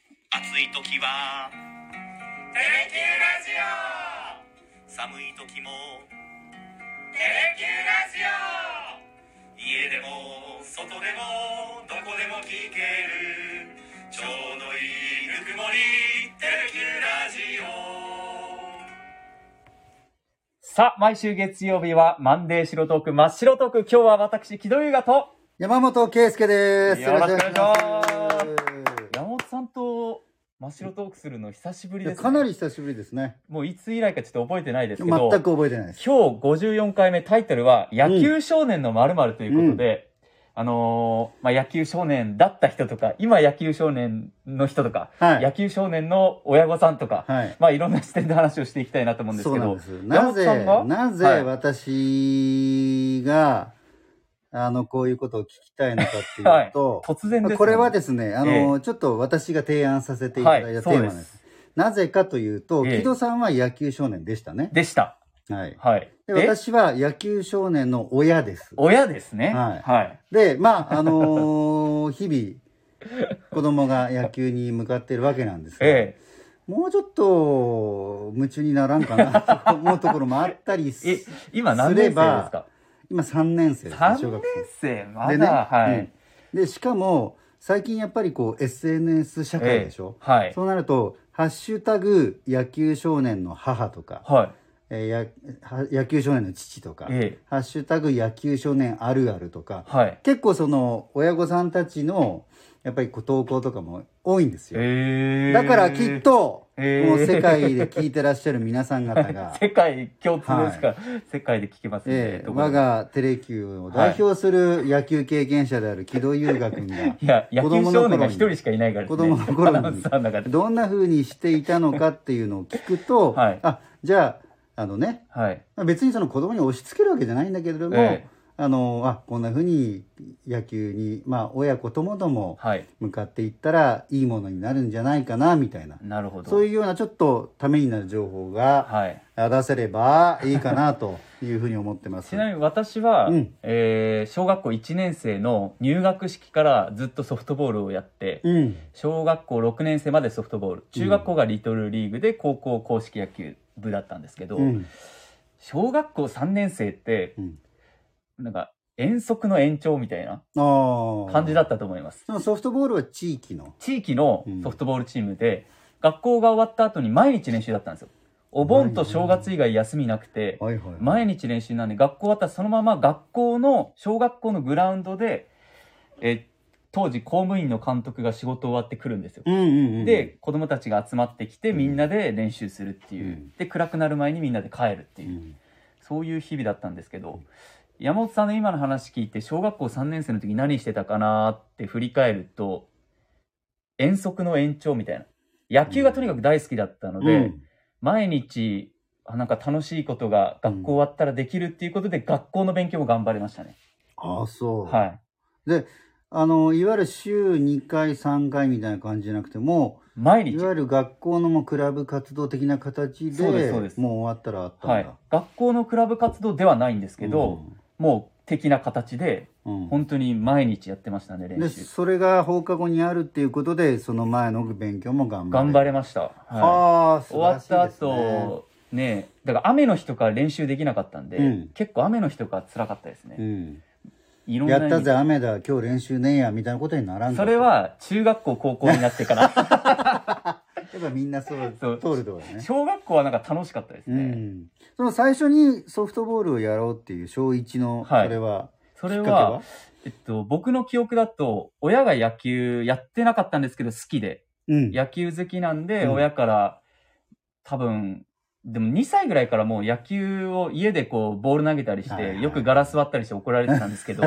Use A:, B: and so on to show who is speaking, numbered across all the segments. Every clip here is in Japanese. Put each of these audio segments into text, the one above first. A: テレキューラ
B: い時は
A: ジオ
B: 寒い時も
A: テレキューラジオ
B: 家でも外でもどこでも聞けるちょうどいいぬくもりテレキューラジオ
C: さあ、毎週月曜日はマンデー白トーク、真っ白トーク。今日は私、木戸優雅と、
D: 山本圭介です。
C: よろしくお願いします
D: よろしくお願いしま
C: 山本さんと真っ白トークするの久しぶ
D: す
C: り
D: いや
C: です、ね。
D: かなり久しぶりですね。
C: もういつ以来かちょっと覚えてないです
D: 全
C: け
D: く
C: ど、今日
D: 覚えてないです。
C: 54回目タイトルは、野球少年の〇〇ということで、あのーまあ、野球少年だった人とか、今野球少年の人とか、
D: はい
C: 野球少年の親御さんとか、
D: はい。
C: まあいろんな視点で話をしていきたいなと思うんです
D: そう
C: け
D: なん
C: ど
D: で、す。な
C: 山本
D: ぜ
C: さんは、
D: な
C: はい
D: ぜ私が、あの、こういうことを聞きたいのかっていうと、
C: 突然です、ね、
D: これはですね、あの、
C: え
D: ちょっと私が提案させていただいたテーマなんで
C: はい
D: す。
C: そうです
D: なぜかというと、
C: ええ
D: 木戸さんは野球少年でしたね。
C: でした。
D: はい。
C: はい。
D: で
C: で
D: 私は野球少年の親です。
C: 親ですね。
D: はい
C: はい
D: で、まあ、あのー日々、子供が野球に向かっているわけなんですが、
C: え
D: もうちょっと夢中にならんかなと思うところもあったり
C: え。え
D: す、
C: 今何年生ですか
D: 今3年生です、
C: 三
D: 小
C: 年
D: 学生。
C: 生まだ、
D: でね
C: はい、
D: うんで、しかも、最近やっぱりこう SNS 社会でしょ、
C: ええはい。
D: そうなると、ハッシュタグ野球少年の母とか、
C: はい。
D: えーやは野球少年の父とか、
C: ええ
D: ハッシュタグ野球少年あるあるとか、
C: はい。
D: 結構その親御さんたちのやっぱりこう投稿とかも多いんですよ、
C: えー、
D: だからきっ、と、
C: えー
D: もう世界で聞いてらっしゃる皆さん方 が、
C: 世界共通ですから、世界で聞きますね。
D: ええ
C: どこでも
D: 我がテレキューを代表する野球経験者である木戸優雅君 が
C: いや、野
D: 子
C: 球
D: 供
C: 少
D: の頃に
C: 年が一人しかいないからですね。
D: 子供の頃に
C: アナウンサーの中で。
D: どんな風にしていたのかっていうのを聞くと、
C: はい
D: あじゃああのね
C: はい。
D: 別にその子供に押し付けるわけじゃないんだけれども、
C: ええ
D: あのあこんな風に野球に、まあ、親子ともども
C: はい。
D: 向かっていったらいいものになるんじゃないかなみたいな
C: なるほど。
D: そういうようなちょっとためになる情報が
C: はい。
D: 出せればいいかなというふうに思ってます。
C: ちなみに私は、
D: うん
C: えー小学校1年生の入学式からずっとソフトボールをやって、
D: うん、
C: 小学校6年生までソフトボール中学校がリトルリーグで高校硬式野球部だったんですけど、
D: うん、
C: 小学校3年生って
D: うん
C: なんか遠足の延長みたいな
D: ああ
C: 感じだったと思います、
D: そのソフトボールは地域の
C: 地域のソフトボールチームで、学校が終わった後に毎日練習だったんですよお盆と正月以外休みなくて、
D: はいはい
C: 毎日練習なんで学校終わったらそのまま学校の小学校のグラウンドでえ当時公務員の監督が仕事終わってくるんですよ
D: うんうんうん、
C: で、子供たちが集まってきて
D: うん
C: みんなで練習するっていう、
D: うん
C: で暗くなる前にみんなで帰るって
D: う
C: いう、
D: ん、
C: そういう日々だったんですけど山本さんの今の話聞いて小学校3年生の時何してたかなーって振り返ると遠足の延長みたいな野球がとにかく大好きだったので、
D: うん
C: 毎日あなんか楽しいことが学校終わったらできるっていうことで、学校の勉強も頑張りましたね、
D: ああそう、
C: はい
D: あのいわゆる週2回3回みたいな感じじゃなくても
C: 毎
D: い
C: 日
D: わゆる学校のもうクラブ活動的な形で
C: そうですそうです
D: もう終わったらあったんだ、
C: はい、学校のクラブ活動ではないんですけど、もう的な形で
D: うん、うん
C: 本当に毎日やってましたね練
D: で
C: 習
D: それが放課後にあるっていうことでその前の勉強も頑張れ
C: 頑張れました、は
D: ああ
C: い、
D: 素
C: 終
D: 晴
C: わ
D: ら
C: っ
D: しい
C: た
D: ですね
C: 後ねだから雨の日とか練習できなかったんで、
D: うん
C: 結構雨の日とか辛かったですね、
D: うん、
C: いろんな
D: や
C: 意味
D: っ
C: で
D: たぜ雨だ今日練習ねえやみたいなことにならんか
C: それは中学校高校になってから
D: やっぱみんなそう
C: そう
D: 通るとこだね
C: 小学校はなんか楽しかったです
D: う
C: ね、
D: んその最初にソフトボールをやろうっていう小一のそ
C: はい
D: れは、
C: それ
D: きっかけ
C: は、えっと、僕の記憶だと親が野球やってなかったんですけど好きで
D: うん
C: 野球好きなんで、
D: うん
C: 親から多分でも2歳ぐらいからもう野球を家でこうボール投げたりして、
D: はいはい
C: よくガラス割ったりして怒られてたんですけ ど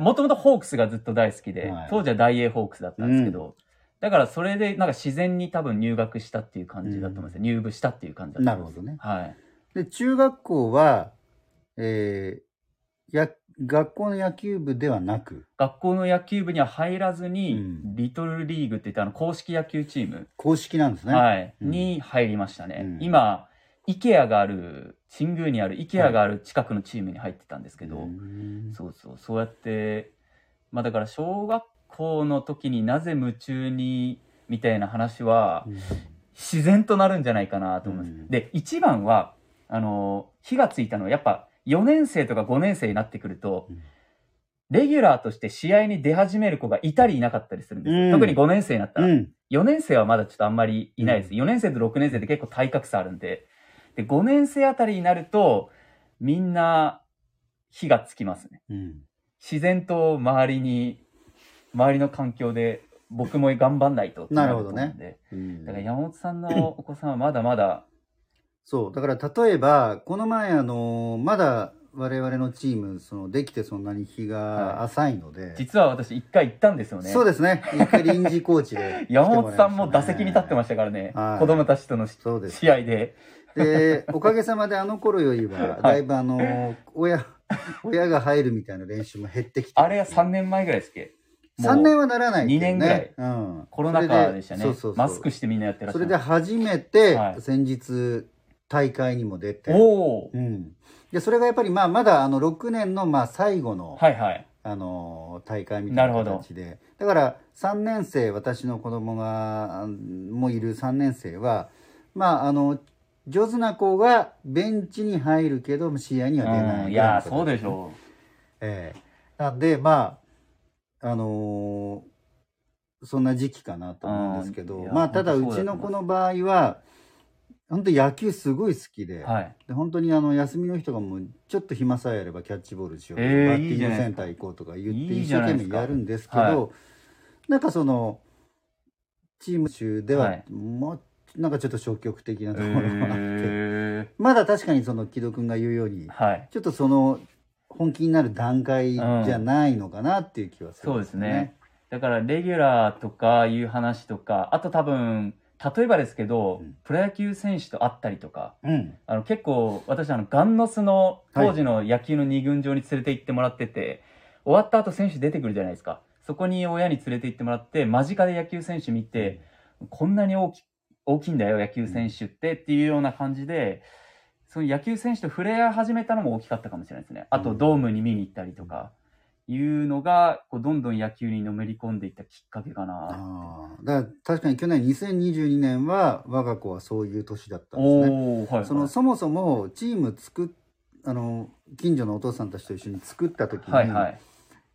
C: もともとホークスがずっと大好きで、
D: はい
C: 当時は大英ホークスだったんですけど、だからそれでなんか自然に多分入学したっていう感じだと思います、入部したっていう感じだと思
D: ないるほ
C: ます
D: どね
C: はい
D: で中学校はえー、や学校の野球部ではなく
C: 学校の野球部には入らずに、
D: うん
C: リトルリーグって言ってあの公式野球チーム、
D: 公式なんですね、
C: はい、
D: うん
C: に入りましたね、
D: うん
C: 今 IKEA がある新宮にある IKEA がある近くのチームに入ってたんですけど、
D: うん
C: そうそうそうやってまあだから小学校の時になぜ夢中にみたいな話は
D: うん
C: 自然となるんじゃないかなと思います。
D: うん
C: で一番はあの火がついたのはやっぱ4年生とか5年生になってくると、
D: うん
C: レギュラーとして試合に出始める子がいたりいなかったりするんですよ、
D: うん
C: 特に5年生になったら、
D: うん
C: 4年生はまだちょっとあんまりいないです。
D: う
C: 4年生と6年生って結構体格差あるんで。で、5年生あたりになると、みんな火がつきますね。
D: うん
C: 自然と周りに、周りの環境で僕も頑張んないとって
D: なる
C: と
D: ほ
C: 思う
D: ど
C: ん
D: ね
C: で。
D: うん
C: だから山本さんのお子さんはまだまだ、
D: そうだから例えばこの前あのまだ我々のチームそのできてそんなに日が浅いので、
C: 実は私一回行ったんですよね。
D: そうですね一回臨時コーチで
C: 山本さんも打席に立ってま
D: し
C: したからね。
D: はい
C: 子供たちとのし
D: そうです
C: 試合で。
D: でおかげさまであの頃よりはだいぶあの、親親が入るみたいな練習も減ってきて
C: あれが3年前ぐらいですっけもう
D: 3年はならないけど、
C: 二年ぐらい
D: うん、
C: コロナ禍でしたね
D: それそうそうそう
C: マスクしてみんなやってらっしゃ
D: そ
C: る
D: れで初めて、
C: はい
D: 先日大会にも出て、
C: おお
D: うん、でそれがやっぱり、まあ、まだあの6年のまあ最後の、
C: はいはい
D: あの大会みたい
C: なる
D: な
C: ほど
D: 形でだから3年生私の子供があもいる3年生はまああの上手な子がベンチに入るけど試合には出ない、
C: うんいやーそうでしょ
D: ええなんでまああのーそんな時期かなと思うんですけ
C: うん
D: ど
C: いや
D: まあただ
C: 本
D: う
C: 当そう
D: ち
C: だと思いま
D: の
C: す
D: 子の場合は本当野球すごい好きで,、
C: うはい
D: で本当にあの休みの日とかもちょっと暇さえあればキャッチボールしようとか、
C: ええ
D: バッテ
C: いい
D: ィ
C: じゃ
D: ン
C: ないですか
D: グセンター行こうとか言って
C: いい
D: 一
C: じゃ
D: 生
C: ないです
D: 懸命
C: か
D: やるんですけど
C: は
D: なんかそのチーム中では、
C: はい
D: もうなんかちょっと消極的なところがあって、
C: え
D: まだ確かにその木戸君が言うように
C: ー、はい
D: ちょっとその本気になる段階じゃないのかなっていう気はする、
C: そうですね。だからレギュラーとかいう話とかあと多分例えばですけど、
D: うん
C: プロ野球選手と会ったりとか
D: うん。
C: あの結構私あのガンノスの当時の野球の二軍上に連れて行ってもらってて、終わった後選手出てくるじゃないですかそこに親に連れて行ってもらって間近で野球選手見て、こんなに大き大きいんだよ、野球選手って、っていうような感じで、その野球選手と触れ合い始めたのも大きかったかもしれないですね。あ
D: う
C: と、
D: ん
C: ドームに見に行ったりとか、いうのが、こうどんどん野球にのめり込んでいったきっかけかな。
D: ああ、だから確かに去年2022年は我が子はそういう年だったんで
C: お
D: すね。
C: おーはい、はい。
D: そのそもそもチーム作っあの近所のお父さんたちと一緒に作った時に、
C: はいはい。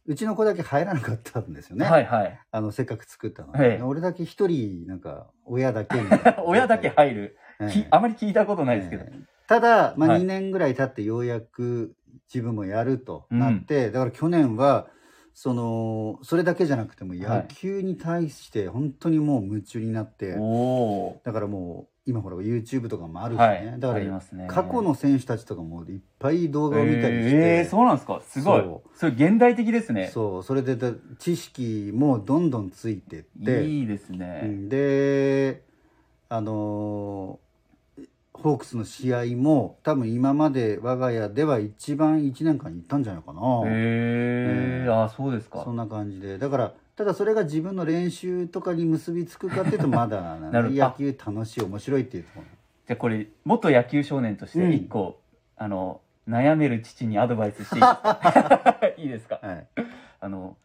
D: うちの子だけ入らなかったんですよね。
C: はいはい。
D: あのせっかく作ったのに、
C: ええ
D: 俺だけ一人なんか親だけに
C: 親だけ入る、
D: ええ
C: き あまり聞いたことないですけど。
D: ええただ、まあ、
C: はい
D: 2年ぐらい経ってようやく自分もやるとなって、だから去年はそのそれだけじゃなくても野球に対して本当にもう夢中になって、
C: おお
D: だからもう今ほら YouTube とかもある
C: ー
D: しね、
C: はい。
D: だか
C: ありますね。
D: ら過去の選手たちとかもいっぱい動画を見たりして、
C: ええーそうなんですか。すごい。
D: そ
C: それ現代的ですね。
D: そうそれでだ知識もどんどんついてって。
C: いいです
D: う
C: ね。
D: んであのーホークスの試合も多分今まで我が家では一番1年間に行ったんじゃないかな、
C: ええ
D: うん
C: あ、そうですか
D: そ。んな感じでだからただそれが自分の練習とかに結びつくかっていうとまだな
C: なるほど
D: 野球楽しい面白いっていうところ
C: じゃあこれ元野球少年として一個、あの悩める父にアドバイスしていいですかいいですか
D: はい、
C: あの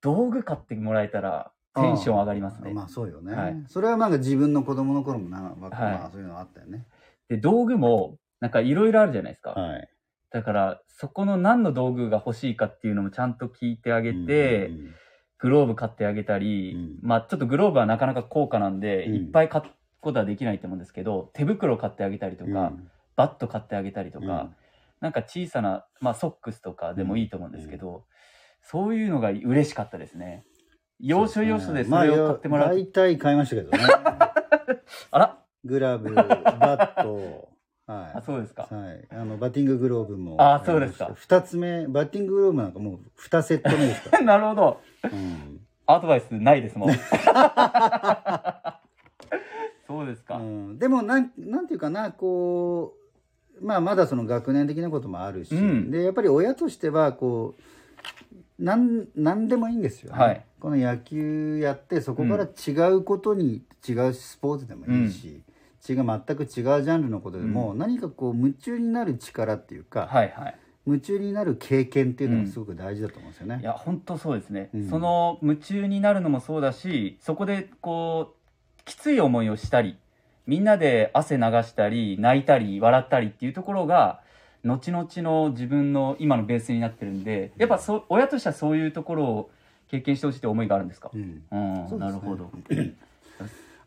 C: 道具買ってもらえたらテンション上がりますね、
D: まあそうよね、
C: はい
D: それはなんか自分の子供の頃もな、まあ
C: はい
D: まあそういうのあったよね
C: で道具もなんかいろいろあるじゃないですか、
D: はい
C: だからそこの何の道具が欲しいかっていうのもちゃんと聞いてあげて、
D: うんうん
C: グローブ買ってあげたり、
D: うん
C: まあちょっとグローブはなかなか高価なんで、
D: うん
C: いっぱい買うことはできないと思うんですけど手袋買ってあげたりとか、
D: うん
C: バット買ってあげたりとか、
D: うん
C: なんか小さな、まあ、ソックスとかでもいいと思うんですけど、そういうのが嬉しかったですね。要所要所でそれを買ってもらう。
D: ま
C: あ
D: あ大体買いましたけどね
C: ら
D: グラブ、バット、は
C: あ、そうですか。
D: い、はい、あのバッティンググローブも、
C: あそうですか
D: 2つ目、バッティンググローブなんかもう2セット目ですか
C: なるほど。
D: ら、うん
C: アドバイスないです もん。そうですか。
D: うんでもなん、なんていうかな、こう、まあ、まだその学年的なこともあるし、
C: うん
D: でやっぱり親としてはこうなん、なんでもいいんですよ、ね
C: はい
D: この野球やって、そこから違うことに、違うスポーツでもいいし。違う全く違うジャンルのことでも、何かこう夢中になる力っていうか、
C: はいはい。
D: 夢中になる経験っていうのがすごく大事だと思うんですよね。
C: いや本当そうですね、
D: うん
C: その夢中になるのもそうだしそこでこうきつい思いをしたりみんなで汗流したり泣いたり笑ったりっていうところが後々の自分の今のベースになってるんでやっぱそ親としてはそういうところを経験してほしいって思いがあるんですか、
D: うん
C: うん
D: そうですね
C: なるほど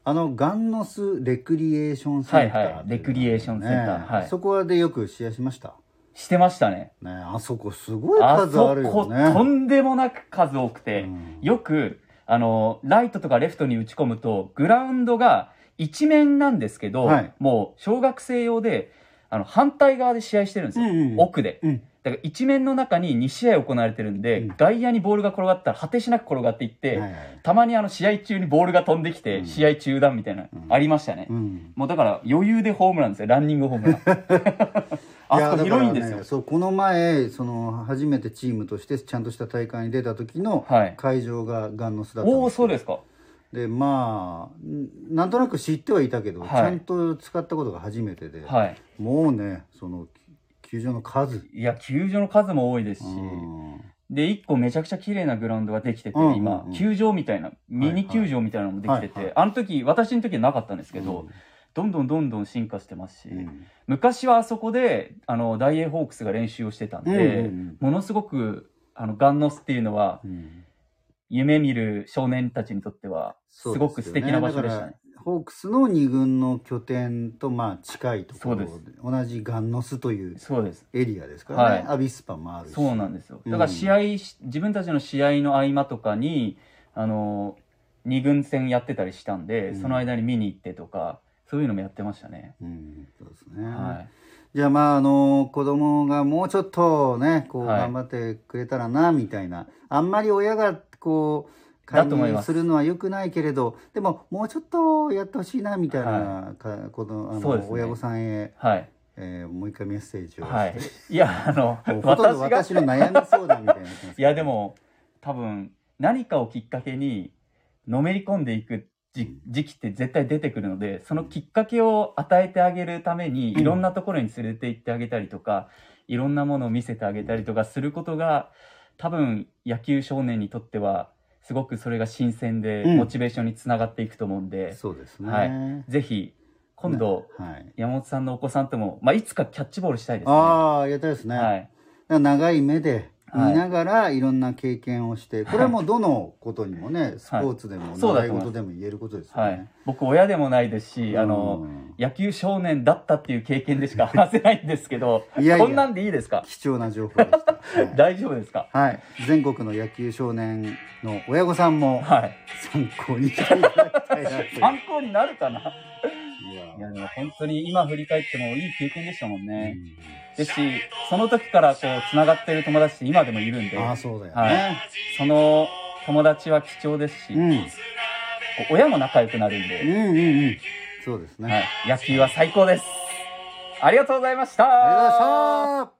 D: あのガンノスレクリエーションセンター
C: はいはい
D: ってうのがあるんだよね
C: レクリエーションセンターはい
D: そこでよく試合しました
C: してましたね
D: ねあそこすごい
C: あ
D: 数あ
C: そ
D: る
C: こ
D: よね
C: とんでもなく数多くて、
D: うん
C: よくあのライトとかレフトに打ち込むとグラウンドが一面なんですけど、
D: はい
C: もう小学生用であの反対側で試合してるんですよ、
D: うんうんうん
C: 奥で
D: うん
C: だから一面の中に2試合行われてるんで、
D: うん
C: 外野にボールが転がったら果てしなく転がっていって、
D: はいはい
C: たまにあの試合中にボールが飛んできて、
D: うん
C: 試合中断みたいな、
D: うん
C: ありましたね、
D: うん
C: もうだから余裕でホームランですよランニングホームランあそこ
D: いやだから
C: 広い
D: ね
C: んですよ、
D: そうこの前その初めてチームとしてちゃんとした大会に出た時の
C: はい
D: 会場がガンノスだったん
C: おお
D: で
C: ー
D: す
C: そうですか
D: でまあんなんとなく知ってはいたけど、
C: はい
D: ちゃんと使ったことが初めてで、
C: はい
D: もうねその球場の数、
C: いや球場の数も多いですし、
D: うん
C: で、一個めちゃくちゃ綺麗なグラウンドができてて、
D: うんうんうん
C: 今、球場みたいな、ミニ球場みたいなのもできて
D: はいは
C: て
D: い、
C: あの時、私の時はなかったんですけど、どんどんどんどん進化してますし
D: う、ん
C: 昔はあそこで、あの、ダイエーホークスが練習をしてたん
D: うんう
C: で
D: んうん、
C: ものすごく、あの、ガンノスっていうのは、
D: うん
C: 夢見る少年たちにとっては、す
D: そうですよね
C: ごく素敵な場所でした
D: だ
C: ね
D: か。らホークスの2軍の拠点とまあ近いところ
C: そう
D: で
C: です
D: 同じガンノスという
C: そうです。
D: エリアですからね、
C: はい
D: アビスパもあるし
C: そうなんですよ。だから試合し、自分たちの試合の合間とかに、あの、二軍戦やってたりしたんで、
D: うん
C: その間に見に行ってとか、そういうのもやってましたね。
D: うんそうですね、
C: はい。
D: じゃあまああの子供がもうちょっとねこう
C: はい
D: 頑張ってくれたらなみたいな、あんまり親がこう
C: だ
D: 介
C: と思いま
D: 入
C: す
D: するのは良くないけれどでももうちょっとやってほしいなみたいな、かこのあの
C: そうですね
D: 親御さんへ、
C: はい。
D: えーもう一回メッセージをして、
C: はい。いや、あの
D: もう、ほとん
C: 私
D: ど
C: が、
D: 私の悩み相談みたいになってます
C: いや、でも、多分、何かをきっかけに、のめり込んでいくじ時期って絶対出てくるので、そのきっかけを与えてあげるために、
D: うん
C: いろんなところに連れて行ってあげたりとか、いろんなものを見せてあげたりとかすることが、多分、野球少年にとっては、すごくそれが新鮮で、
D: うん
C: モチベーションにつながっていくと思うんで、
D: そうですね、
C: はぜひ、今度、
D: はい
C: 山本さんのお子さんとも、まあ、いつかキャッチボールしたいですね。
D: ああやりたいですね、
C: は
D: だか
C: い。
D: ら長い目で
C: はい
D: 見ながらいろんな経験をして、これはもうどのことにもねスポーツでも
C: そうだと
D: 習い
C: 思います
D: 事でも言えることですよね、
C: はい、僕親でもないですしあの
D: うん
C: 野球少年だったっていう経験でしか話せないんですけど
D: いやいや
C: こんなんでいいですか、
D: 貴重な情報でした、はい
C: 大丈夫ですか
D: はい、全国の野球少年の親御さんも
C: はい
D: 参考にしていただきたいなという
C: 参考になるかない
D: や
C: いやでも本当に今振り返ってもいい経験でしたもん
D: う
C: ね、
D: ん
C: ですしその時からこうつながってる友達って今でもいるんで
D: ああそうだよね、
C: はその友達は貴重ですし、
D: うん、
C: こ
D: うん
C: う親も仲良くなるんで、
D: うんうんそうですね、
C: はい、野球は最高ですありがとうございました
D: ありがとうございました